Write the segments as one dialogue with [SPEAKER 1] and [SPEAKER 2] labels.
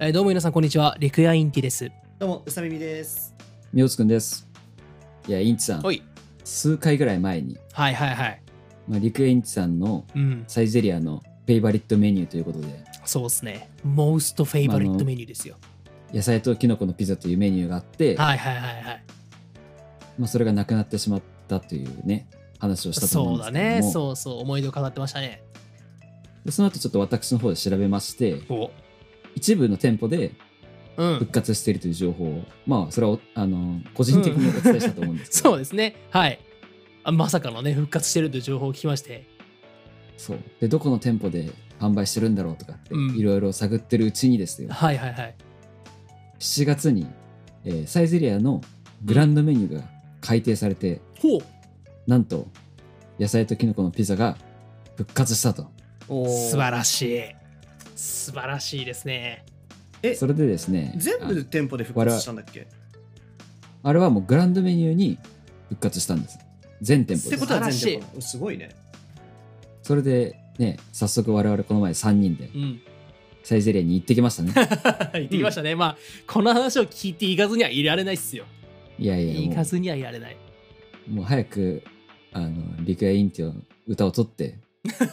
[SPEAKER 1] えーどうも皆さんこんにちはリクヤインティです
[SPEAKER 2] どうも、うさみみです。
[SPEAKER 3] みおつくんです。いや、インチさん、
[SPEAKER 1] はい
[SPEAKER 3] 数回ぐらい前に、
[SPEAKER 1] はいはいはい
[SPEAKER 3] まあ、リクエインチさんの
[SPEAKER 1] うん
[SPEAKER 3] サイゼリアのフェイバリットメニューということで、
[SPEAKER 1] そうですねモーストフェイバリットメニューですよ、
[SPEAKER 3] 野菜とキノコのピザというメニューがあって、
[SPEAKER 1] はいはいはいはい
[SPEAKER 3] まあ、それがなくなってしまったというね、話をしたと思
[SPEAKER 1] そううん
[SPEAKER 3] で
[SPEAKER 1] だ
[SPEAKER 3] すけども
[SPEAKER 1] ねそうそう思い出を語ってましたね
[SPEAKER 3] でその後ちょっと私の方で調べまして、
[SPEAKER 1] お
[SPEAKER 3] 一部の店舗で
[SPEAKER 1] う
[SPEAKER 3] 復
[SPEAKER 1] ん
[SPEAKER 3] 活しているという情報を、まあ、それはおあの個人的にお伝えしたと思うんですけど、
[SPEAKER 1] そうですねはいあまさかのね復活してるという情報を聞きまして
[SPEAKER 3] そうでどこの店舗で販売してるんだろうとかって、
[SPEAKER 1] うん
[SPEAKER 3] いろいろ探ってるうちにですよ、
[SPEAKER 1] はいはいはい
[SPEAKER 3] 7月に、えーサイゼリアのグランドメニューが改定されて、
[SPEAKER 1] ほう
[SPEAKER 3] なんと野菜とキノコのピザが復活したと
[SPEAKER 2] お
[SPEAKER 1] 素晴らしい素晴らしいですね
[SPEAKER 2] え
[SPEAKER 3] それでですね
[SPEAKER 2] 全部店舗で復活したんだっけ
[SPEAKER 3] ああれはもうグランドメニューに復活したんです全店
[SPEAKER 2] っ
[SPEAKER 3] 舗
[SPEAKER 2] て
[SPEAKER 3] で
[SPEAKER 2] こ
[SPEAKER 3] す
[SPEAKER 2] とは
[SPEAKER 1] 素晴
[SPEAKER 2] 全
[SPEAKER 1] ら
[SPEAKER 2] 店舗。すごいね。
[SPEAKER 3] それでね早速我々この前3人で
[SPEAKER 1] うん
[SPEAKER 3] サイゼリアに行ってきましたね
[SPEAKER 1] 言ってきましたね、まあこの話を聞いていかずにはいられないっすよ
[SPEAKER 3] いやいや
[SPEAKER 1] い
[SPEAKER 3] も
[SPEAKER 1] かずにはいられないう
[SPEAKER 3] もう早くあのリクエインティの歌を取って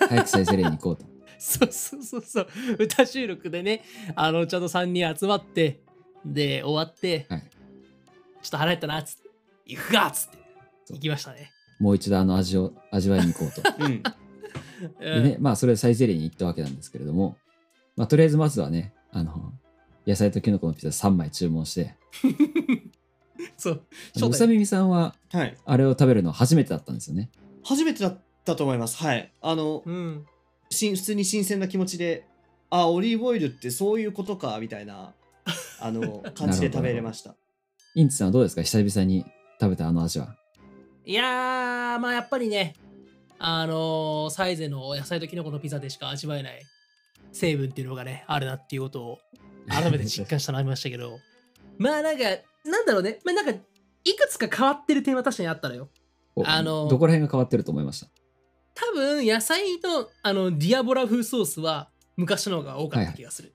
[SPEAKER 3] 早くサイゼリアに行こうと
[SPEAKER 1] そうそうそうそう歌収録でねあのちゃんと3人集まってで終わって、
[SPEAKER 3] はい
[SPEAKER 1] ちょっと腹減ったなっつって行くかっつって
[SPEAKER 3] そう
[SPEAKER 1] 行きましたね
[SPEAKER 3] もう一度あの味を味わいに行こうと
[SPEAKER 2] うん。
[SPEAKER 1] う
[SPEAKER 3] で
[SPEAKER 1] ん
[SPEAKER 3] ね、まあそれでサイゼリヤに行ったわけなんですけれども、まあとりあえずまずはね、あの、野菜とキノコのピザ3枚注文して、
[SPEAKER 1] そう
[SPEAKER 3] あの
[SPEAKER 1] 初
[SPEAKER 3] うさ
[SPEAKER 1] 代
[SPEAKER 3] みみさんは
[SPEAKER 2] はい。
[SPEAKER 3] あれを食べるの初めてだったんですよね。
[SPEAKER 2] 初めてだったと思います。はい。あの、
[SPEAKER 1] うん
[SPEAKER 2] しん普通に新鮮な気持ちで、あ、オリーブオイルってそういうことか、みたいな、あの、感じで食べれました。
[SPEAKER 3] インツさんはどうですか久々に食べたあの味は。
[SPEAKER 1] いやーまあやっぱりねあのーサイゼの野菜とキノコのピザでしか味わえない成分っていうのがねあるなっていうことを改めて実感したなりましたけ どまあなんかなんだろうねまあなんかいくつか変わってる点は確かにあったのよ
[SPEAKER 3] お
[SPEAKER 1] あの
[SPEAKER 3] どこら辺が変わってると思いました
[SPEAKER 1] 多分野菜のあのディアボラ風ソースは昔の方が多かった気がする、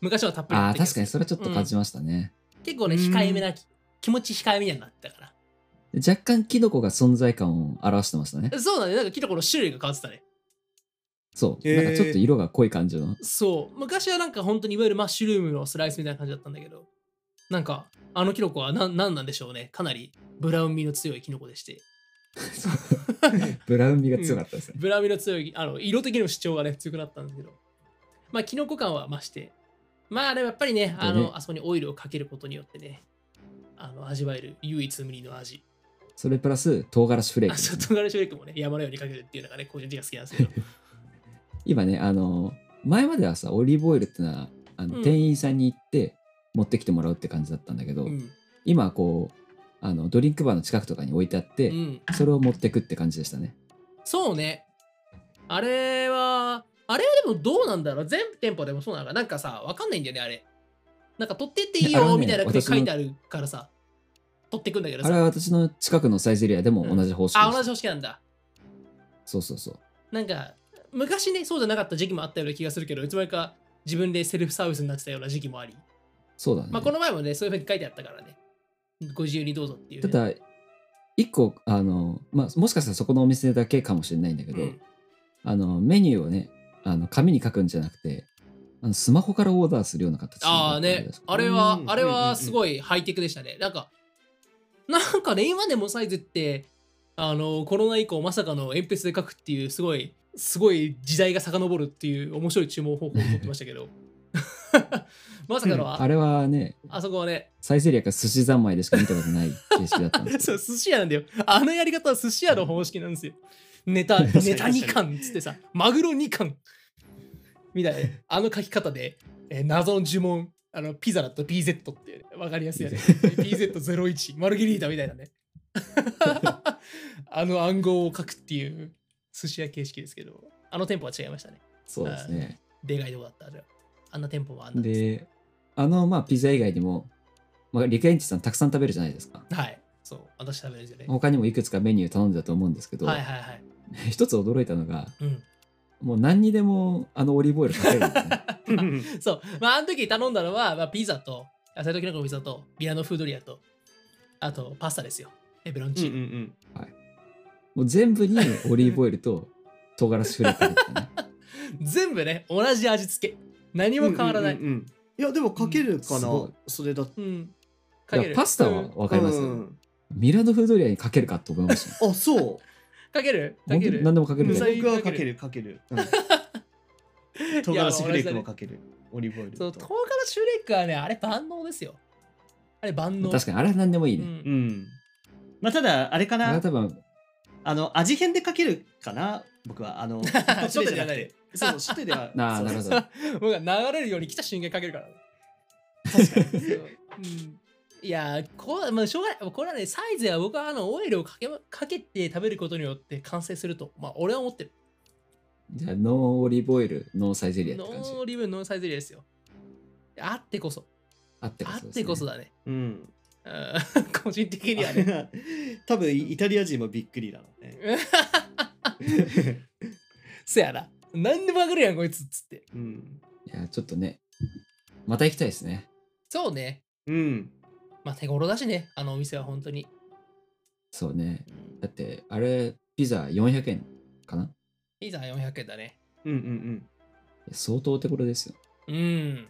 [SPEAKER 1] 昔の方がたっぷりだ
[SPEAKER 3] あ
[SPEAKER 1] った
[SPEAKER 3] あー、
[SPEAKER 1] 気が
[SPEAKER 3] 確
[SPEAKER 1] す
[SPEAKER 3] か
[SPEAKER 1] る
[SPEAKER 3] にそれはちょっと感じましたね。
[SPEAKER 1] 結構ね控えめなき気持ち控えめにはなったか
[SPEAKER 3] 若干キノコが存在感を表してましたね。
[SPEAKER 1] らそうだねなんかキノコの種類が変わってたね
[SPEAKER 3] そう。
[SPEAKER 2] へー
[SPEAKER 3] なんかちょっと色が濃い感じの。
[SPEAKER 1] そう昔はなんか本当にいわゆるマッシュルームのスライスみたいな感じだったんだけどなんかあのキノコは何なんなんでしょうねかなりブラウン味の強いキノコでして
[SPEAKER 3] ブラウン味が強かったですね。
[SPEAKER 1] ブラウン味の強いあの色的にも主張がね強くなったんですけどまあキノコ感は増してまあでもやっぱりねあの
[SPEAKER 3] でね
[SPEAKER 1] あそこにオイルをかけることによってねあの味わえる唯一無二の味
[SPEAKER 3] それプラス唐辛子フレー
[SPEAKER 1] あ
[SPEAKER 3] クで
[SPEAKER 1] そ
[SPEAKER 3] すね、
[SPEAKER 1] う唐辛子フレークもね山のようにかけるっていうのがね個人的には好きなんですけど
[SPEAKER 3] 今ねあの前まではさオリーブオイルってのはあの、
[SPEAKER 1] うん
[SPEAKER 3] 店員さんに行って持ってきてもらうって感じだったんだけど、
[SPEAKER 1] うん、
[SPEAKER 3] 今はこうあのドリンクバーの近くとかに置いてあって、
[SPEAKER 1] うん、
[SPEAKER 3] それを持ってくって感じでしたね
[SPEAKER 1] そうねあれはあれはでもどうなんだろう全店舗でもそうなのかなんかさわかんないんだよねあれなんか取ってっていい
[SPEAKER 3] いやあれ
[SPEAKER 1] よ
[SPEAKER 3] はね
[SPEAKER 1] みたいなこと
[SPEAKER 3] 私
[SPEAKER 1] 書
[SPEAKER 3] も
[SPEAKER 1] いてあるからさ取ってくんだけど
[SPEAKER 3] あれ
[SPEAKER 1] さ
[SPEAKER 3] は私の近くのサイゼリアでも同じ方式で
[SPEAKER 1] あ
[SPEAKER 3] した
[SPEAKER 1] 同じ方式なんだ
[SPEAKER 3] そうそうそう
[SPEAKER 1] なんか昔ねそうじゃなかった時期もあったような気がするけどいつまにか自分でセルフサービスになってたような時期もあり、
[SPEAKER 3] そうだね、
[SPEAKER 1] まあこの前もねそういうふうに書いてあったからねご自由にどうぞっていうね、
[SPEAKER 3] ただ一個あの、まあ、もしかしたらそこのお店だけかもしれないんだけど、
[SPEAKER 1] うん
[SPEAKER 3] あのメニューをねあの紙に書くんじゃなくてあのスマホからオーダーするような形
[SPEAKER 1] ああね、あれは
[SPEAKER 2] う、ん
[SPEAKER 1] あれはす
[SPEAKER 2] うん
[SPEAKER 1] ごいハイテクでしたね。なんか、なんかね、今でもサイズって、あの、コロナ以降まさかの鉛筆で書くっていう、すごい、すごい時代が遡るっていう面白い注文方法を取ってましたけど、 まさかの、
[SPEAKER 3] ああれはね
[SPEAKER 1] あそこはね、
[SPEAKER 3] サイゼリアか寿司三昧でしか見たことない形式だったんで す
[SPEAKER 1] そ
[SPEAKER 3] よ
[SPEAKER 1] う、寿司屋なんだよ。あのやり方は寿司屋の方式なんですよ。ネタ、ネタ2貫っつってさ、マグロ2貫みたいな、あの書き方で、えー謎の呪文、あのピザだと PZ っていうね、わかりやすいよね。PZ01、マルゲリータみたいなね。あの暗号を書くっていう寿司屋形式ですけど、あの店舗は違いましたね。
[SPEAKER 3] そうですね
[SPEAKER 1] でかいとこだった。あれはあんな店舗はあんなですね
[SPEAKER 3] であのまあピザ以外にも、まあ、リクエンチさんたくさん食べるじゃないですか
[SPEAKER 1] はい。そう、私食べるんですよね。
[SPEAKER 3] 他にもいくつかメニュー頼んだと思うんですけど、
[SPEAKER 1] はいはいはい。
[SPEAKER 3] 一つ驚いたのが
[SPEAKER 1] うん。
[SPEAKER 3] もう何にでもあのオリーブオイルかけるんです ね。
[SPEAKER 1] そう。まあ、あの時頼んだのは、まあ、ピザと、野菜ときのこのピザと、ビアノフードリアと、あとパスタですよ。エブロンチーノ。
[SPEAKER 3] もう全部にオリーブオイルと唐辛子フレークかけてたね。
[SPEAKER 1] 全部ね、同じ味付け。何
[SPEAKER 2] に
[SPEAKER 1] も変わらない。
[SPEAKER 2] いやでもかけるか
[SPEAKER 3] す
[SPEAKER 2] な、
[SPEAKER 3] ごい
[SPEAKER 2] それだって。
[SPEAKER 1] うん。
[SPEAKER 3] いやパスタはわかりますよ、
[SPEAKER 2] うん
[SPEAKER 3] ミラノフードリアにかけるかと思いました、ね。
[SPEAKER 2] あそう。
[SPEAKER 1] かけるか
[SPEAKER 3] 本
[SPEAKER 1] け
[SPEAKER 3] 当に
[SPEAKER 1] る
[SPEAKER 3] 何でもかける
[SPEAKER 1] う
[SPEAKER 3] け
[SPEAKER 1] ん
[SPEAKER 3] ど
[SPEAKER 1] 最
[SPEAKER 2] 僕はかけるかける。 うん唐辛子フレークもかける。オリーブオイル
[SPEAKER 1] そう
[SPEAKER 2] と。
[SPEAKER 1] 唐辛子フレークはね、あれ万能ですよ。あれ万能。
[SPEAKER 3] 確かにあれは何でもいいね。
[SPEAKER 1] うん
[SPEAKER 2] うん。まあただあれか
[SPEAKER 3] あれ
[SPEAKER 2] な
[SPEAKER 3] は多分
[SPEAKER 2] あの味変でかけるかな僕は あの初手じゃなくて。そう初手では。
[SPEAKER 3] ああ
[SPEAKER 2] そう
[SPEAKER 3] なるほど。
[SPEAKER 1] 僕が流れるように来た瞬間かけるから。確かに。うんいやーこう、まあ、しょうがない。これはね、サイズや僕はあのオイルをかけまかけて食べることによって完成すると、まあ、俺は思ってる。
[SPEAKER 3] じゃあノンオリーブオイル、ノンサイゼリアって
[SPEAKER 1] ノ
[SPEAKER 3] 感じ
[SPEAKER 1] ー。リブノーサイズリアですよ。あってこそ。
[SPEAKER 3] あってこ
[SPEAKER 1] あ
[SPEAKER 3] そ、ね。
[SPEAKER 1] ってこそだね。
[SPEAKER 2] うん。
[SPEAKER 1] うん 個人的にはね。
[SPEAKER 2] 多分イタリア人もびっくりだろう ね。
[SPEAKER 1] せやな。なんでもかけるやん、こいつっつって。
[SPEAKER 2] うん。
[SPEAKER 3] いやちょっとね、また行きたいですね。
[SPEAKER 1] そうね。
[SPEAKER 2] うん。
[SPEAKER 1] まあ、手頃だしね、あのお店は本当に。
[SPEAKER 3] そうね。だってあれピザ400円かない
[SPEAKER 1] ざ400円だね。
[SPEAKER 2] うんうん
[SPEAKER 3] いや相当お手頃ですよ。
[SPEAKER 1] うん。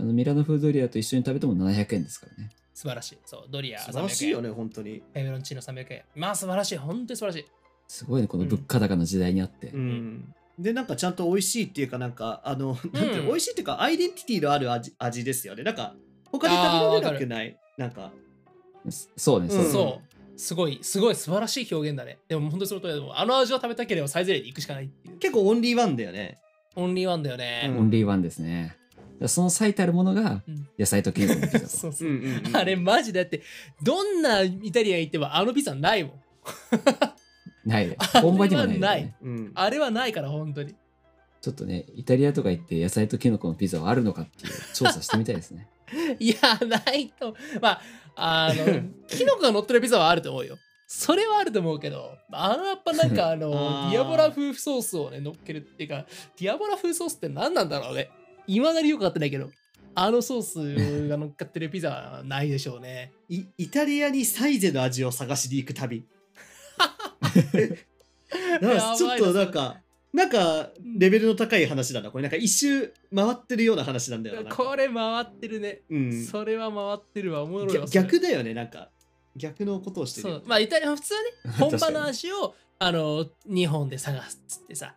[SPEAKER 3] あのミラノフードリアと一緒に食べても700円ですからね。
[SPEAKER 1] 素晴らしい。そう、ドリ
[SPEAKER 2] う
[SPEAKER 1] ア300円。
[SPEAKER 2] ん。素晴らしいよね本当に。
[SPEAKER 1] ペペロンチーノ300円。まあ素晴らしい。本当に素晴らしい。
[SPEAKER 3] すごいね、この物価高の時代にあって。
[SPEAKER 2] うん、でなんかちゃんと美味しいっていうかなんかあ の、なんていう
[SPEAKER 1] うん
[SPEAKER 2] の美味しいっていうかアイデンティティのある味味ですよねなんか他に食べられなくないなんか
[SPEAKER 3] そうね、そううんね
[SPEAKER 1] そう。すごい、すごい素晴らしい表現だね。でも本当にその通りだと思うあの味を食べたければサイゼリヤに行くしかないっていう。
[SPEAKER 2] 結構オンリーワンだよね
[SPEAKER 1] オンリーワンだよね。
[SPEAKER 2] うん
[SPEAKER 3] オンリーワンですね。だからその最たるものが
[SPEAKER 1] うん
[SPEAKER 3] 野菜とキノコのピザ
[SPEAKER 1] そ
[SPEAKER 3] と。
[SPEAKER 1] うそう。
[SPEAKER 2] ん
[SPEAKER 1] あれマジだって、どんなイタリアン行ってもあのピザないもん。
[SPEAKER 3] ない。本場にもな
[SPEAKER 1] あ
[SPEAKER 3] い,、
[SPEAKER 1] れはな
[SPEAKER 3] ね
[SPEAKER 1] い。
[SPEAKER 2] うん
[SPEAKER 1] あれはないから本当に。
[SPEAKER 3] ちょっとね、イタリアとか行って野菜とキノコのピザはあるのかっていう調査してみたいですね。
[SPEAKER 1] いや、ないと。まあ、あ の、キノコが乗ってるピザはあると思うよ。それはあると思うけど、あのやっぱなん かあの、
[SPEAKER 2] あー
[SPEAKER 1] ディアボラ風ソースをね、乗っけるっていうか、ディアボラ風ソースって何なんだろうね。いまだによくわかってないけど、あのソースが乗っかってるピザはないでしょう ね。
[SPEAKER 2] いイタリアにサイゼの味を探しに行く 旅
[SPEAKER 1] やば
[SPEAKER 2] なんか
[SPEAKER 1] い
[SPEAKER 2] ちょっとなんかなんかレベルの高い話だなこれなんか一周回ってるような話なんだよな
[SPEAKER 1] これ回ってるね。
[SPEAKER 2] うん、
[SPEAKER 1] それは回ってるわ、おもろい
[SPEAKER 2] 逆
[SPEAKER 1] わ。それ
[SPEAKER 2] 逆だよねなんか逆のことをしてる
[SPEAKER 1] そ
[SPEAKER 2] よ
[SPEAKER 1] う。まあ、イタリアは普通はね、 本場の味を、あの、日本で探すっつってさ、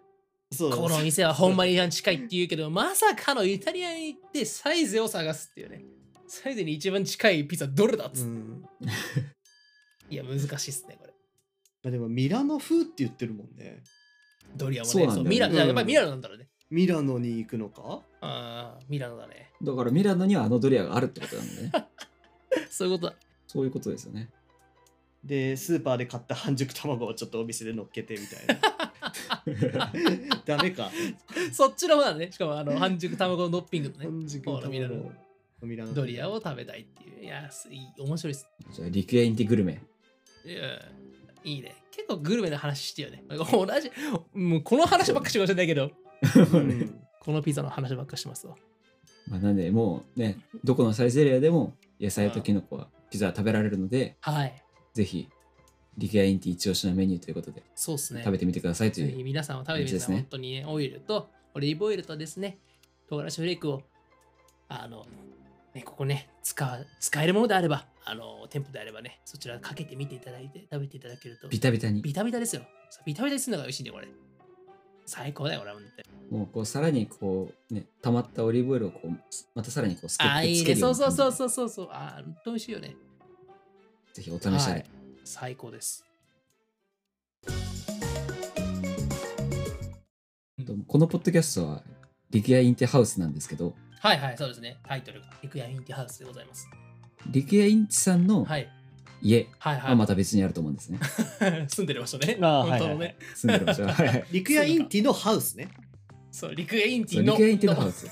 [SPEAKER 2] そう
[SPEAKER 1] この店はほんまに近いって言うけど、まさかのイタリアに行ってサイゼを探すっていうね。サイゼに一番近いピザどれだっつ
[SPEAKER 2] う
[SPEAKER 1] って、
[SPEAKER 2] ん
[SPEAKER 1] いや、難しいっすね、これ。
[SPEAKER 2] まあ、でもミラノ風って言ってるもんね。
[SPEAKER 1] ドリアもね、
[SPEAKER 3] そうなんだよね
[SPEAKER 1] ミラノ、
[SPEAKER 2] うん
[SPEAKER 1] やっぱりミラノなんだろうね。
[SPEAKER 2] ミラノに行くのか
[SPEAKER 1] ああ、ミラノだね。
[SPEAKER 3] だからミラノにはあのドリアがあるってことなのでね。
[SPEAKER 1] そういうことだ。
[SPEAKER 3] そういうことですよね。
[SPEAKER 2] で、スーパーで買った半熟卵をちょっとお店で乗っけてみた いな。ダメか。
[SPEAKER 1] そっちの方なんだね。しかも、あの、半熟卵のドッピングのね、
[SPEAKER 2] 半熟
[SPEAKER 1] ほら
[SPEAKER 2] 卵
[SPEAKER 1] ミラノ
[SPEAKER 2] ミラノ
[SPEAKER 1] ドリアを食べたいっていう。いや、すいい面白いっす。
[SPEAKER 3] じゃあ、リクエインティグルメ。
[SPEAKER 1] いや、いいね。結構グルメの話してよね。同じ、もうこの話ばっかしてるかもしれないけど、
[SPEAKER 2] うん
[SPEAKER 1] このピザの話ばっかしてますわ。
[SPEAKER 3] まあ、なんで、もうね、どこのサイゼリアでも野菜とキノコはピザは食べられるので、
[SPEAKER 1] はい。
[SPEAKER 3] ぜひ、リクエインティ一押しのメニューということで、
[SPEAKER 1] そうっすね。
[SPEAKER 3] 食べてみてくださいと
[SPEAKER 1] ぜ
[SPEAKER 3] い
[SPEAKER 1] ひ
[SPEAKER 3] う。
[SPEAKER 1] 皆さんは食べてみてください
[SPEAKER 3] 感じですね
[SPEAKER 1] 本当にね、オイルとオリーブオイルとですね、唐辛子フレークを、あの、ね、ここね、使う使えるものであれば、あの、店舗であればね、そちらかけてみていただいて、食べていただけると、
[SPEAKER 3] ビ
[SPEAKER 1] ビ
[SPEAKER 3] タビタに。
[SPEAKER 1] タビタですよ。そうビタビタにするのが美味しいんだよ、これ。最高だよ、俺は。
[SPEAKER 3] もうこうさらにこうね溜まったオリーブオイルをこうまたさらにこうすくっ
[SPEAKER 1] ああ、
[SPEAKER 3] て
[SPEAKER 1] い
[SPEAKER 3] つ
[SPEAKER 1] い
[SPEAKER 3] け
[SPEAKER 1] ね。
[SPEAKER 3] る
[SPEAKER 1] そ
[SPEAKER 3] よう
[SPEAKER 1] う
[SPEAKER 3] な
[SPEAKER 1] そ
[SPEAKER 3] 感
[SPEAKER 1] う
[SPEAKER 3] じ
[SPEAKER 1] そうそ
[SPEAKER 3] で
[SPEAKER 1] うそうそう。ああ、本当美味しいよね。
[SPEAKER 3] ぜひお試しあ
[SPEAKER 1] は
[SPEAKER 3] れ
[SPEAKER 1] い最高です。
[SPEAKER 3] とこのポッドキャストは力也インテハウスなんですけど
[SPEAKER 1] はいはい、そうですね。タイトルが、リクヤインティハウスでございます。
[SPEAKER 3] 力也インテさんの
[SPEAKER 1] はい。
[SPEAKER 3] 家
[SPEAKER 1] はいは。
[SPEAKER 3] はいまた別にあると思うんですね
[SPEAKER 1] 住んでる場所ね。
[SPEAKER 2] ああ
[SPEAKER 1] 本当のね。
[SPEAKER 2] はいはいはい
[SPEAKER 3] 住んでる場 所ははいはい
[SPEAKER 2] リクヤインティのハウスね。
[SPEAKER 1] そう、リクエインテ
[SPEAKER 3] そう
[SPEAKER 1] ィの。
[SPEAKER 3] 力也インテのハウス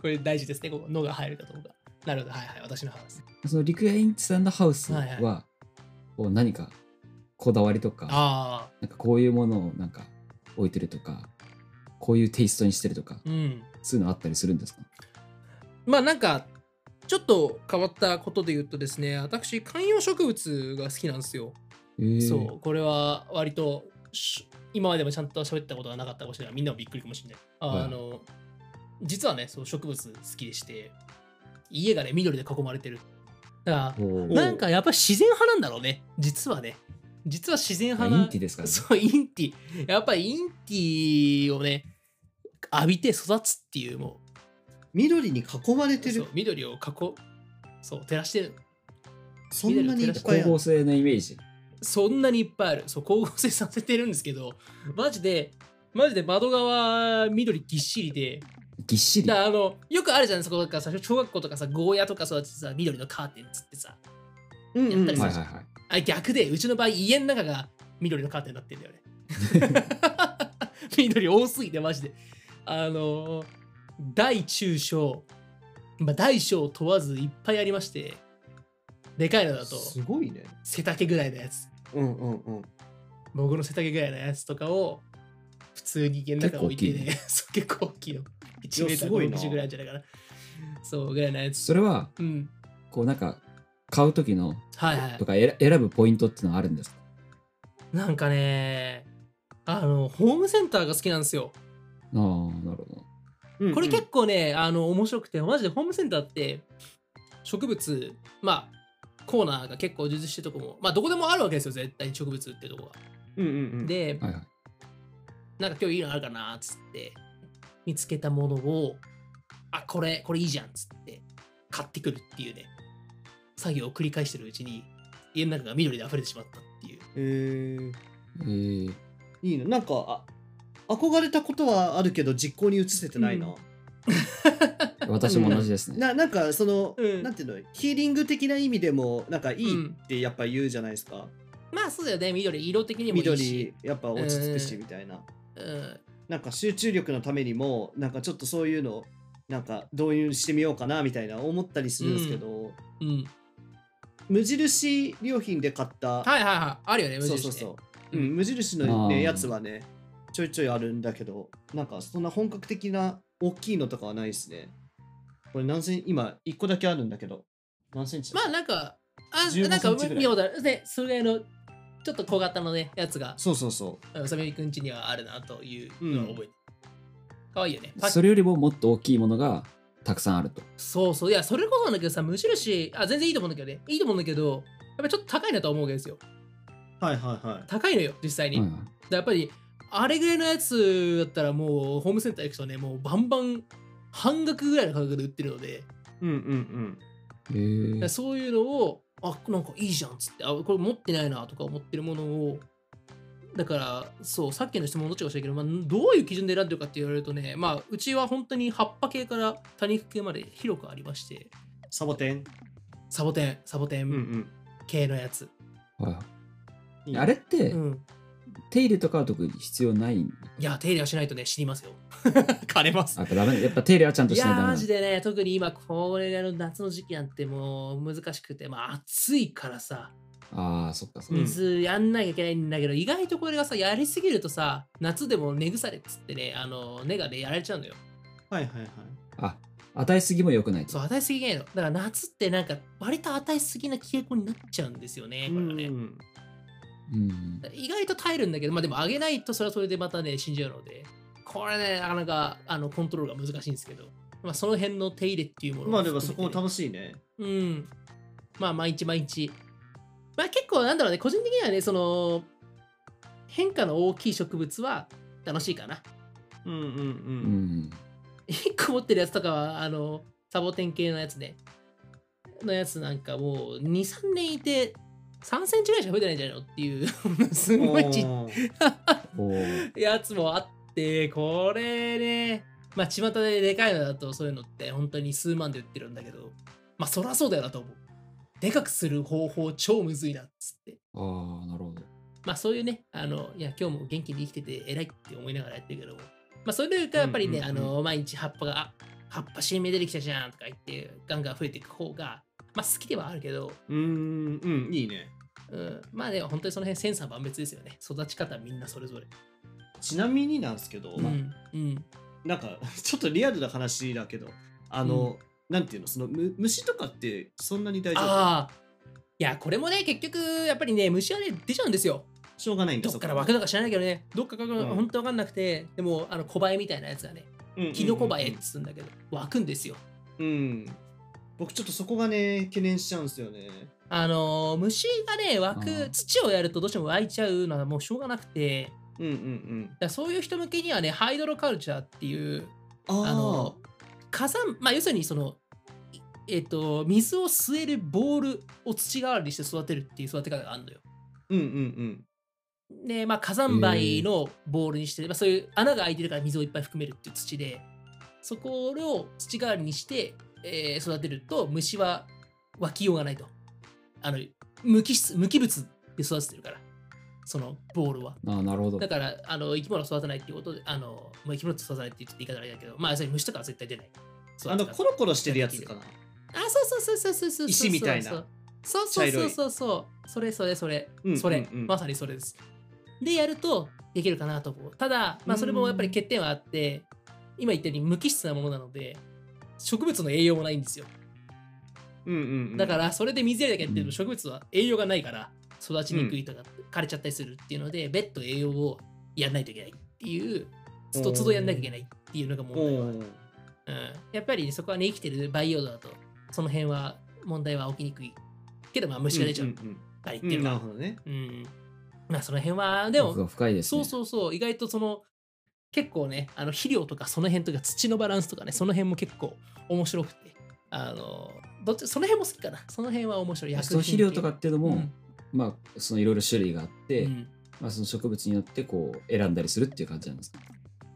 [SPEAKER 1] これ大事ですね。ここ、のが入るかどうか。なるほど、はいはい、私の話です。
[SPEAKER 3] その力也インテさんのハウス
[SPEAKER 1] はいはい
[SPEAKER 3] はこう何かこだわりとか
[SPEAKER 1] あ
[SPEAKER 3] なんかこういうものをなんか置いてるとかこういうテイストにしてるとか、
[SPEAKER 1] うん。
[SPEAKER 3] そういうのあったりするんですか
[SPEAKER 1] まあなんか、ちょっと変わったことで言うとですね、私、観葉植物が好きなんですよ。
[SPEAKER 3] えー
[SPEAKER 1] そう、これは割とし今までもちゃんと喋ったことがなかったかもしれない。みんなもびっくりかもしれない。あ,、
[SPEAKER 3] はい
[SPEAKER 1] の、実はね、そう植物好きでして、家がね、緑で囲まれてる。だから、
[SPEAKER 3] おー
[SPEAKER 1] なんかやっぱり自然派なんだろうね、実はね。実は自然
[SPEAKER 3] まあ
[SPEAKER 1] 派
[SPEAKER 3] イ
[SPEAKER 1] な。
[SPEAKER 3] ンティですからね。
[SPEAKER 1] そう、インティ。やっぱりインティをね、浴びて育つっていう、も
[SPEAKER 2] 緑に囲まれ
[SPEAKER 1] う
[SPEAKER 2] て
[SPEAKER 1] そ
[SPEAKER 2] る
[SPEAKER 1] う緑を囲そう、照らしてる。
[SPEAKER 2] そんなにいっぱい
[SPEAKER 3] 光
[SPEAKER 2] ある
[SPEAKER 3] 合成のイメージ。
[SPEAKER 1] そんなにいっぱいある。そう、光合成させてるんですけど、マジで、マジで窓側、緑ぎっしりで、
[SPEAKER 3] ぎっしり。
[SPEAKER 1] だからあの、よくあるじゃないですか、なんかさ小学校とかさ、ゴーヤとか育ててさ、緑のカーテンつってさ、
[SPEAKER 2] うんうん
[SPEAKER 1] やったりす
[SPEAKER 3] は
[SPEAKER 1] る
[SPEAKER 3] いはいはい。
[SPEAKER 1] あ逆で、うちの場合、家の中が緑のカーテンになってんだよね。 緑多すぎて、マジで。あのー、大中小、まあ、大小問わずいっぱいありまして、でかいのだと
[SPEAKER 2] すごいね
[SPEAKER 1] 背丈ぐらいのやつ、
[SPEAKER 2] うんうんうん
[SPEAKER 1] 僕の背丈ぐらいのやつとかを普通に家の中置いてね、 そう結構大きいの。1メータ
[SPEAKER 2] す
[SPEAKER 1] ー
[SPEAKER 2] ごいな
[SPEAKER 1] 50ぐらいあるんじゃないかな。そうぐらいのやつ。
[SPEAKER 3] それは、
[SPEAKER 1] うん。
[SPEAKER 3] こうなんか、買う時の
[SPEAKER 1] はいはい
[SPEAKER 3] と。か選選ぶポイントってのはあるんですか
[SPEAKER 1] なんかね、あの、ホームセンターが好きなんですよ。
[SPEAKER 3] ああ、なるほど。
[SPEAKER 2] うんうん
[SPEAKER 1] これ結構ね、あの面白くて、マジでホームセンターって植物、まあ、コーナーが結構充実してるとこも、まあ、どこでもあるわけですよ、絶対に植物ってとこが。
[SPEAKER 2] うんうんうん
[SPEAKER 1] で、
[SPEAKER 3] はいはい。
[SPEAKER 1] なんか今日いいのあるかなっつって、見つけたものを、あ、これ、これいいじゃんっつって、買ってくるっていうね、作業を繰り返してるうちに、家の中が緑で溢れてしまったっていう。
[SPEAKER 2] えー
[SPEAKER 3] えー、
[SPEAKER 2] いいななんかあ憧れたことはあるけど実行に移せてないな、
[SPEAKER 1] うん
[SPEAKER 3] 私も同じですね。
[SPEAKER 2] ななんかその、
[SPEAKER 1] うん
[SPEAKER 2] なんていうのヒーリング的な意味でもなんかいい
[SPEAKER 1] うん
[SPEAKER 2] ってやっぱ言うじゃないですか、
[SPEAKER 1] まあ、そうだよね、緑、色的にもいいし
[SPEAKER 2] 緑。やっぱ落ち着くし
[SPEAKER 1] うん
[SPEAKER 2] みたいな
[SPEAKER 1] うん
[SPEAKER 2] なんか集中力のためにもなんかちょっとそういうのなんか導入してみようかなみたいな思ったりするんですけど、
[SPEAKER 1] うん、
[SPEAKER 2] 無印良品で買った、
[SPEAKER 1] はいはいはい、あるよね、無
[SPEAKER 2] そう
[SPEAKER 1] 印、ね。
[SPEAKER 2] そうそう、うん、無印の、
[SPEAKER 3] あー
[SPEAKER 2] ね、やつはねちょいちょいあるんだけどなんかそんな本格的な大きいのとかはないですねこれ何セン今1個だけあるんだけど何センチだ
[SPEAKER 1] まあなんか、あ
[SPEAKER 2] 15
[SPEAKER 1] なんか
[SPEAKER 2] センチぐらい
[SPEAKER 1] 見ようだね、それのちょっと小型のね、やつが、
[SPEAKER 2] そうそうそ
[SPEAKER 1] あのサメミくん家にはあるなというのを覚えて。かわいいよね。パッ
[SPEAKER 3] それよりももっと大きいものがたくさんあると。
[SPEAKER 1] そうそう、いや、それこそなんだけどさ、無印、あ、全然いいと思うんだけどね、いいと思うんだけど、やっぱちょっと高いなとは思うわけですよ。
[SPEAKER 2] うはいはいはい
[SPEAKER 1] 高いのよ、実際に。
[SPEAKER 3] はいはい
[SPEAKER 1] だからやっぱり、あれぐらいのやつだったらもう、ホームセンター行くとね、もうバンバン半額ぐらいの価格で売ってるので、
[SPEAKER 2] うんうん
[SPEAKER 3] えー
[SPEAKER 1] でそういうのをあなんかいいじゃんっつってあこれ持ってないなとか思ってるものをだからそうさっきの質問どっちかもしれないけど、まあ、どういう基準で選んでるかって言われるとねまあうちは本当に葉っぱ系から多肉系まで広くありまして
[SPEAKER 2] うんサボテン
[SPEAKER 1] サボテンサボテ
[SPEAKER 2] うんう
[SPEAKER 1] ン
[SPEAKER 2] ん
[SPEAKER 1] 系のやつ、
[SPEAKER 3] はいはい
[SPEAKER 2] いね
[SPEAKER 3] あれって、
[SPEAKER 1] うん
[SPEAKER 3] 手入れとかは特に必要ないん
[SPEAKER 1] いや手入れはしないとね死にますよ 枯れます
[SPEAKER 3] あやっぱダメだやっぱ手入れはちゃんと
[SPEAKER 1] い
[SPEAKER 3] し
[SPEAKER 1] や
[SPEAKER 3] ない
[SPEAKER 1] ー
[SPEAKER 3] とダメ
[SPEAKER 1] マ
[SPEAKER 3] な
[SPEAKER 1] ジ
[SPEAKER 3] んだ
[SPEAKER 1] でね特に今これの夏の時期なんてもう難しくてまあ暑いからさ
[SPEAKER 3] ああ、そっかそっか。
[SPEAKER 1] 水やんなきゃいけないんだけど、意外とこれがさやりすぎるとさ夏でも根腐れっつってねあの根がねやられちゃうのよ
[SPEAKER 2] はいはいはい
[SPEAKER 3] あ与えすぎも良くないと。
[SPEAKER 1] そう与えすぎがいいのだから夏ってなんか割と与えすぎな傾向になっちゃうんですよねこれはね、
[SPEAKER 2] うん
[SPEAKER 3] うん、
[SPEAKER 1] 意外と耐えるんだけどまあでもあげないとそれはそれでまたね死んじゃうのでこれねなかなかあのコントロールが難しいんですけどまあその辺の手入れっていうもの
[SPEAKER 2] まあ
[SPEAKER 1] を
[SPEAKER 2] で
[SPEAKER 1] 含め
[SPEAKER 2] も
[SPEAKER 1] て
[SPEAKER 2] そ
[SPEAKER 1] ね
[SPEAKER 2] こも楽しいね
[SPEAKER 1] うん。まあ、毎日毎日。まあ、結構、なんだろうね、個人的にはね、その、変化の大きい植物は楽しいかな。
[SPEAKER 2] うんうんう
[SPEAKER 3] うんん。
[SPEAKER 1] 一個持ってるやつとかは、あの、サボテン系のやつね。のやつなんかもう、2、3年いて、3センチぐらいしか増えてないんじゃないのっていう、す ごいちっ
[SPEAKER 2] おー
[SPEAKER 3] おー
[SPEAKER 1] やつもあって、これね、まあ、巷ででかいのだと、そういうのって、本当に数万で売ってるんだけど、まあ、そらそうだよなと思う。でかくする方法、超むずいなっつって。
[SPEAKER 3] ああ、なるほど。
[SPEAKER 1] まあそういうね、あの、いや、今日も元気に生きてて偉いって思いながらやってるけども、まあそれがやっぱりね、
[SPEAKER 2] うんうんうん
[SPEAKER 1] あの、毎日葉っぱが、あ葉っぱ新芽出てきたじゃんとか言って、ガンガン増えていく方が、まあ好きではあるけど、
[SPEAKER 2] うーんうんいいね
[SPEAKER 1] うん、まあでも本当にその辺千差万別ですよね。育ち方みんなそれぞれ。
[SPEAKER 2] ちなみになんですけど、
[SPEAKER 1] うんうん
[SPEAKER 2] なんか ちょっとリアルな話だけどあの、なんていうのそのむ虫とかってそんなに大丈夫
[SPEAKER 1] ああいやこれもね結局やっぱりね虫はね出ちゃうんですよ
[SPEAKER 2] しょうがないんだ
[SPEAKER 1] どっから湧くのか知らないけどねどっからか
[SPEAKER 2] うん
[SPEAKER 1] 本当わかんなくて、でもあのコバエみたいなやつがねキノコバエっつうんだけど、湧くんですよ
[SPEAKER 2] うん僕ちょっとそこがね懸念しちゃうんですよね
[SPEAKER 1] あのー虫がね湧
[SPEAKER 3] あ
[SPEAKER 1] く
[SPEAKER 3] ー
[SPEAKER 1] 土をやるとどうしても湧いちゃうのはもうしょうがなくて
[SPEAKER 2] うんうんうん
[SPEAKER 1] だからそういう人向けにはねハイドロカルチャーっていう
[SPEAKER 2] あー
[SPEAKER 1] あの火山まあ要するにそのいえっと水を吸えるボールを土代わりにして育てるっていう育て方があるのよ
[SPEAKER 2] うんうん
[SPEAKER 1] で、まあ、火山灰のボールにして、まあ、そういう穴が開いてるから水をいっぱい含めるっていう土でそこを土代わりにして、えー育てると虫は湧きようがないとあの無機質無機物で育ててるからそのボールは
[SPEAKER 3] あーなるほど
[SPEAKER 1] だ。からあの生き物を育てないっていうことであの、まあ、生き物育てないって言って言い方あれだけどまあそれ虫とかは絶対出ない
[SPEAKER 2] あのコロコロしてるやつかな
[SPEAKER 1] あ、そうそうそうそうそうそうそう。
[SPEAKER 2] 石みたいな
[SPEAKER 1] そうそうそうそうそう。それそれそれ。
[SPEAKER 2] うん
[SPEAKER 1] それ、
[SPEAKER 2] うんうん
[SPEAKER 1] まさにそれです。で、やるとできるかなと思う。ただ、まあ、それもやっぱり欠点はあって、今言ったように無機質なものなので、植物の栄養もないんですよ。
[SPEAKER 2] うんうん、うん、
[SPEAKER 1] だから、それで水やりだけやってる
[SPEAKER 3] うん
[SPEAKER 1] と植物は栄養がないから、育ちにくいとか、枯れちゃったりするっていうので、別途栄養をやんないといけないっていう、つどつどやんなきゃいけないっていうのが問
[SPEAKER 2] お
[SPEAKER 1] 題はあるう
[SPEAKER 2] ー
[SPEAKER 1] ん、やっぱり、そこはね生きてる培養土だとその辺は問題は起きにくいけどまあ虫が出ちゃ
[SPEAKER 2] う
[SPEAKER 1] うん
[SPEAKER 2] うん
[SPEAKER 1] たりって
[SPEAKER 2] うん
[SPEAKER 1] いううんの
[SPEAKER 2] な
[SPEAKER 1] は、
[SPEAKER 2] るほどね
[SPEAKER 1] うんまあその辺はでも
[SPEAKER 3] 奥が深いです、
[SPEAKER 1] そ
[SPEAKER 3] ね。
[SPEAKER 1] うそうそう意外とその結構ねあの肥料とかその辺とか土のバランスとかねその辺も結構面白くてあのどっちその辺も好きかなその辺は面白い
[SPEAKER 3] その肥料とかっていうのも、
[SPEAKER 1] うん
[SPEAKER 3] まあそのいろいろ種類があって、
[SPEAKER 1] うん
[SPEAKER 3] まあその植物によってこう選んだりするっていう感じなんですか。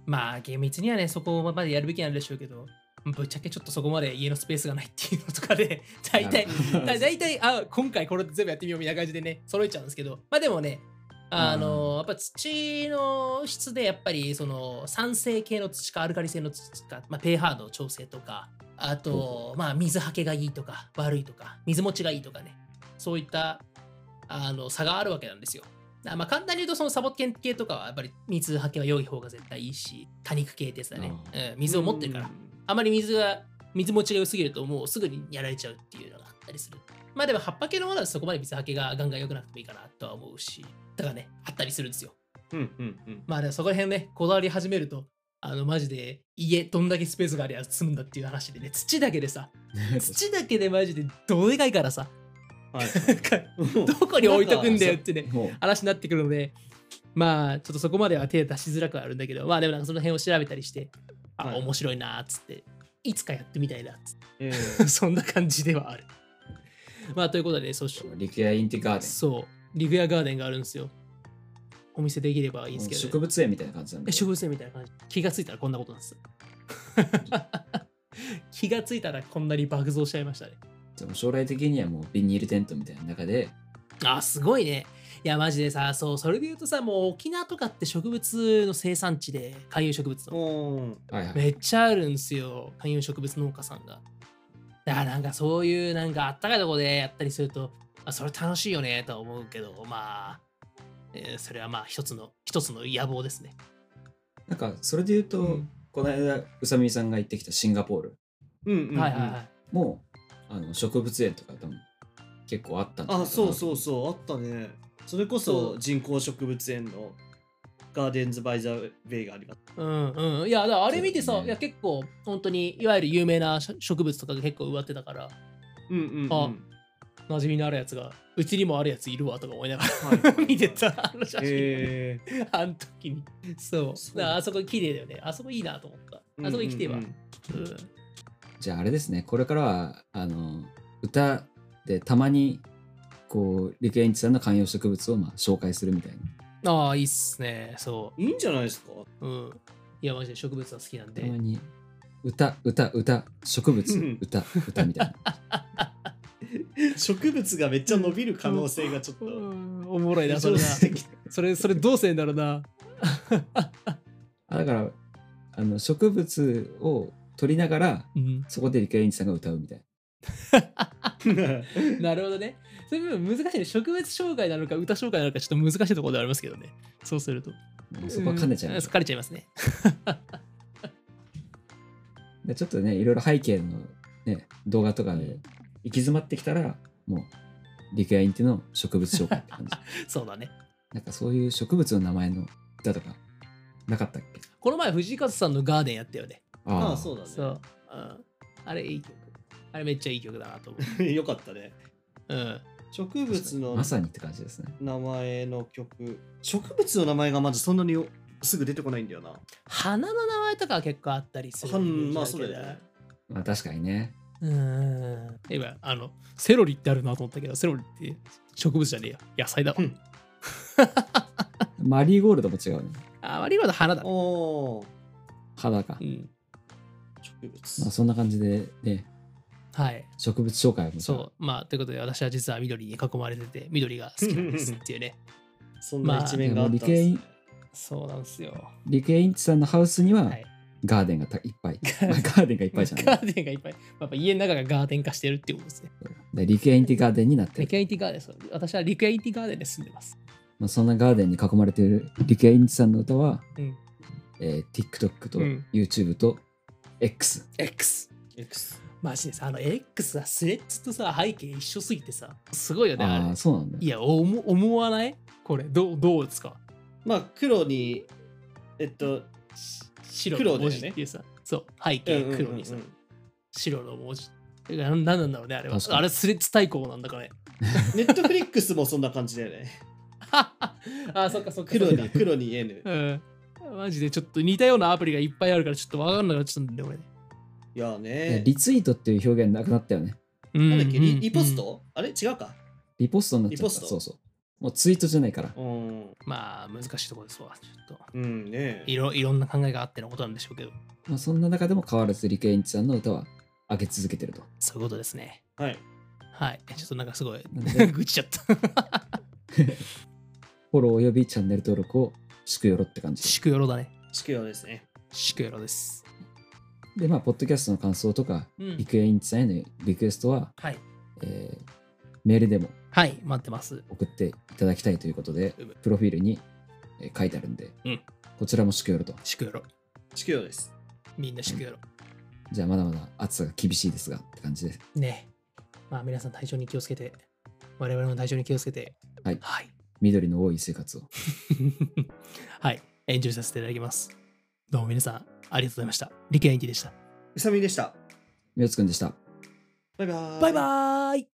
[SPEAKER 1] まあ厳密にはねそこまでやるべきなんでしょうけどぶっちゃけちょっとそこまで家のスペースがないっていうのとかで大体だ大体あ今回これ全部やってみようみたいな感じでね揃えちゃうんですけどまあでもねあのやっぱ土の質でやっぱりその酸性系の土かアルカリ性の土か、まあ、pH の調整とかあとまあ水はけがいいとか悪いとか水持ちがいいとかねそういったあの差があるわけなんですよ。あまあ、簡単に言うとそのサボテン系とかはやっぱり水はけは良い方が絶対いいし多肉系ってやつだね、
[SPEAKER 3] あ
[SPEAKER 1] うん、水を持ってるからあまり水が水持ちが良すぎるともうすぐにやられちゃうっていうのがあったりするまあでも葉っぱ系のものはそこまで水はけがガンガン良くなくてもいいかなとは思うしだからねあったりするんですよ
[SPEAKER 2] うんうんうん
[SPEAKER 1] まあでもそこら辺ねこだわり始めるとあのマジで家どんだけスペースがありゃ住むんだっていう話でね土だけでさ土だけでマジでどうでかいからさ
[SPEAKER 2] はい
[SPEAKER 1] なんか
[SPEAKER 2] う ん
[SPEAKER 1] どこに置いとくんだよってね
[SPEAKER 3] もう
[SPEAKER 1] 話になってくるので、まあ、ちょっとそこまでは手出しづらくはあるんだけど、まあでもなんかその辺を調べたりして、あ、
[SPEAKER 2] はい
[SPEAKER 1] 面白いなーっつって、いつかやってみた いなっつっ
[SPEAKER 2] ええ
[SPEAKER 1] て、そんな感じではある。まあということでね、そうし
[SPEAKER 3] リクエインティガーデン。
[SPEAKER 1] そう、リグヤガーデンがあるんですよ。お見せできればいいんですけど、ね
[SPEAKER 3] 植物園みたいな感じなん
[SPEAKER 1] え
[SPEAKER 3] で。
[SPEAKER 1] 植物園みたいな感じ。気がついたらこんなことなん です。気がついたらこんなに爆増しちゃいましたね。
[SPEAKER 3] でも将来的にはもうビニールテントみたいな中で、
[SPEAKER 1] あすごいね。いやマジでさそうそれで言うとさもう沖縄とかって植物の生産地で観葉植物の
[SPEAKER 2] おー
[SPEAKER 3] はいはい。
[SPEAKER 1] めっちゃあるんすよ観葉植物農家さんが。だからなんかそういうなんかあったかいとこでやったりするとあそれ楽しいよねとは思うけどまあ、えーそれはまあ一つの一つの野望ですね。
[SPEAKER 3] なんかそれで言うと、
[SPEAKER 1] うん
[SPEAKER 3] この間宇佐美さんが行ってきたシンガポール
[SPEAKER 2] うんうんうん
[SPEAKER 1] はいはいはい。
[SPEAKER 3] もあの植物園とか多分結構あったんじゃないかな
[SPEAKER 2] あそうそうそうあったねそれこ
[SPEAKER 1] そ
[SPEAKER 2] そう人工植物園のガーデンズ・バイ・ザ・ウェイがあります
[SPEAKER 1] うんうん、いやだからあれ見てさ、
[SPEAKER 3] そうだね
[SPEAKER 1] いや結構本当にいわゆる有名な植物とかが結構植わってたから
[SPEAKER 2] うんうん、うん、
[SPEAKER 1] あ馴染みのあるやつがうちにもあるやついるわとか思いながら
[SPEAKER 2] はい
[SPEAKER 1] 見てたあの写真、
[SPEAKER 2] へえ
[SPEAKER 1] あの時にそう
[SPEAKER 2] そう
[SPEAKER 1] だからあそこ綺麗だよねあそこいいなと思ったあそこに来てば、うん
[SPEAKER 3] じゃああれですねこれからはあの歌でたまにこうリクエインチさんの観葉植物をまあ紹介するみたいな
[SPEAKER 1] ああいいっすねそ
[SPEAKER 2] いいんじゃないですか
[SPEAKER 1] ううんいやマジで植物は好きなんで
[SPEAKER 3] たまに歌歌歌植
[SPEAKER 2] う
[SPEAKER 3] 物
[SPEAKER 2] ん
[SPEAKER 3] 歌歌みた いな
[SPEAKER 2] 植物がめっちゃ伸びる可能性がちょっ と
[SPEAKER 1] うんおもろいなそ
[SPEAKER 2] 上
[SPEAKER 1] れな
[SPEAKER 2] 手的
[SPEAKER 1] それそれどうせんだろうな
[SPEAKER 3] あだからあの植物を取りながら
[SPEAKER 1] うん
[SPEAKER 3] そこでリクエインチさんが歌うみたいな
[SPEAKER 1] なるほどねそういう部分難しいね植物障害なのか歌障害なのかちょっと難しいところではありますけどねそうすると
[SPEAKER 3] もうそこは兼ねちゃいま
[SPEAKER 1] う
[SPEAKER 3] し
[SPEAKER 1] ん
[SPEAKER 3] ょ
[SPEAKER 1] 兼ねちゃいますね。
[SPEAKER 3] うでちょっとねいろいろ背景の、ね、動画とかで行き詰まってきたらもう陸野インテの植物紹介って感じ
[SPEAKER 1] そうだね。
[SPEAKER 3] なんかそういう植物の名前の歌とかなかったっけ
[SPEAKER 1] この前、藤井風さんのガーデンやったよね。
[SPEAKER 3] あ
[SPEAKER 2] ああ、そううだね。
[SPEAKER 1] そう。うん、あれ、いい曲。あれ、めっちゃいい曲だなと思う。
[SPEAKER 2] よかったね。
[SPEAKER 1] うん。
[SPEAKER 2] 植物の
[SPEAKER 3] まさにって感じですね
[SPEAKER 2] 名前の曲。植物の名前がまずそんなによすぐ出てこないんだよな。
[SPEAKER 1] 花の名前とかは結構あったりする
[SPEAKER 2] は
[SPEAKER 1] イメー
[SPEAKER 2] ん、
[SPEAKER 1] ジ
[SPEAKER 2] まあ
[SPEAKER 1] け
[SPEAKER 2] そ
[SPEAKER 1] ど
[SPEAKER 2] れだよね。
[SPEAKER 3] まあ確かにね
[SPEAKER 1] うん。今、あの、セロリってあるなと思ったけど、セロリって植物じゃねえよ。野菜だわ
[SPEAKER 2] う。ん
[SPEAKER 3] マリーゴールドも違うね
[SPEAKER 1] あまりまだ花だね。
[SPEAKER 2] おー、
[SPEAKER 3] 花か、
[SPEAKER 1] うん。
[SPEAKER 2] 植
[SPEAKER 3] まあ、
[SPEAKER 2] 物。
[SPEAKER 3] そんな感じでね
[SPEAKER 1] はい。
[SPEAKER 3] 植物紹介も
[SPEAKER 1] そう。まあ、ということで、私は実は緑に囲まれてて、緑が好きなんですっていうね。
[SPEAKER 2] そんな一面があったんです
[SPEAKER 3] まあで
[SPEAKER 2] ね
[SPEAKER 3] も理。
[SPEAKER 1] そうなんですよ。
[SPEAKER 3] リケインチさんのハウスには
[SPEAKER 1] はい
[SPEAKER 3] ガーデンがたいっぱい、まあガーデンがいっぱいじゃな
[SPEAKER 1] ガ
[SPEAKER 3] い
[SPEAKER 1] ーデンがいっぱい。やっぱ家の中がガーデン化してるっていうことですね。
[SPEAKER 3] でリケインティガーデンになって
[SPEAKER 1] リク
[SPEAKER 3] る、
[SPEAKER 1] エイティガーデンそう。私はリクエイティガーデンで住んでます。
[SPEAKER 3] まあ、そんなガーデンに囲まれているリケインチさんの歌は、
[SPEAKER 1] うん
[SPEAKER 3] えー TikTok と
[SPEAKER 1] うん
[SPEAKER 3] YouTube と X、
[SPEAKER 1] X。
[SPEAKER 2] X
[SPEAKER 1] マジでさ、あの X はスレッズとさ、背景一緒すぎてさ、すごいよね、あれ
[SPEAKER 3] ああ。そうなんだ
[SPEAKER 1] いや、おも思わないこれ、どうどうですか
[SPEAKER 2] まあ黒に、えっと、
[SPEAKER 1] し白
[SPEAKER 2] 黒
[SPEAKER 1] の
[SPEAKER 2] だよ
[SPEAKER 1] 文
[SPEAKER 2] ね
[SPEAKER 1] 字っていうさ、そう、背
[SPEAKER 2] うんうんうん
[SPEAKER 1] 景
[SPEAKER 2] うん
[SPEAKER 1] 黒にさ、白の文字。てかなんなんなんだろうね、あれは
[SPEAKER 3] 確。かに
[SPEAKER 1] あれスレッズ対抗なんだか ね。
[SPEAKER 2] ネットフリックスもそんな感じだよね。
[SPEAKER 1] あー、そっかそっか。
[SPEAKER 2] 黒
[SPEAKER 1] そっか
[SPEAKER 2] に黒に N
[SPEAKER 1] う。ん。マジでちょっと似たようなアプリがいっぱいあるからちょっとわかんなくなっちゃったんだよね、
[SPEAKER 2] いや
[SPEAKER 3] いや
[SPEAKER 2] ね。
[SPEAKER 3] リツイートっていう表現なくなったよね
[SPEAKER 1] 俺ね。
[SPEAKER 2] なんだっけリリポス
[SPEAKER 1] うん
[SPEAKER 2] トあれ違うか。
[SPEAKER 3] リポストになっちゃ
[SPEAKER 2] リ
[SPEAKER 3] った
[SPEAKER 2] ポスト
[SPEAKER 3] そうそうもうツイートじゃないから
[SPEAKER 2] うん。
[SPEAKER 1] まあ、難しいところですわ。ちょっと
[SPEAKER 2] うんね。
[SPEAKER 1] いろ、いろんな考えがあってのことなんでしょうけど、
[SPEAKER 3] まあ、そんな中でも変わらずリケインチさんの歌は上げ続けてると。
[SPEAKER 1] そういうことですね。
[SPEAKER 2] はい。
[SPEAKER 1] はい。ちょっとなんかすごい、
[SPEAKER 3] なんで
[SPEAKER 1] 愚痴ちゃった。
[SPEAKER 3] フォローおよびチャンネル登録を祝よろって感じ
[SPEAKER 1] シクヨロだね。
[SPEAKER 2] 地球はですね。
[SPEAKER 1] シクヨロです。
[SPEAKER 3] で。で、まあ、ポッドキャストの感想とか、
[SPEAKER 1] うん
[SPEAKER 3] リ。クエインチさんへのリクエストは、
[SPEAKER 1] はい。
[SPEAKER 3] えーメールでも
[SPEAKER 1] はい、待ってます。
[SPEAKER 3] 送っていただきたいということで
[SPEAKER 1] うむ、
[SPEAKER 3] プロフィールにえー書いてあるんで、
[SPEAKER 1] うん
[SPEAKER 3] こちらも祝よろと。
[SPEAKER 1] シクヨロ。
[SPEAKER 2] 地球はです。
[SPEAKER 1] みんなシクヨロ。
[SPEAKER 3] じゃあ、まだまだ暑さが厳しいですがって感じで、
[SPEAKER 1] ね。まあ皆さん体調に気をつけて、我々も体調に気をつけて、
[SPEAKER 3] はい
[SPEAKER 1] はい。
[SPEAKER 3] 緑の多い生活を。
[SPEAKER 1] はい。エンジョイさせていただきます。どうも皆さん、ありがとうございました。リケエンキでした。
[SPEAKER 2] うさみでした。
[SPEAKER 3] みよつくんでした。
[SPEAKER 2] バイバーイ。
[SPEAKER 1] バイバーイ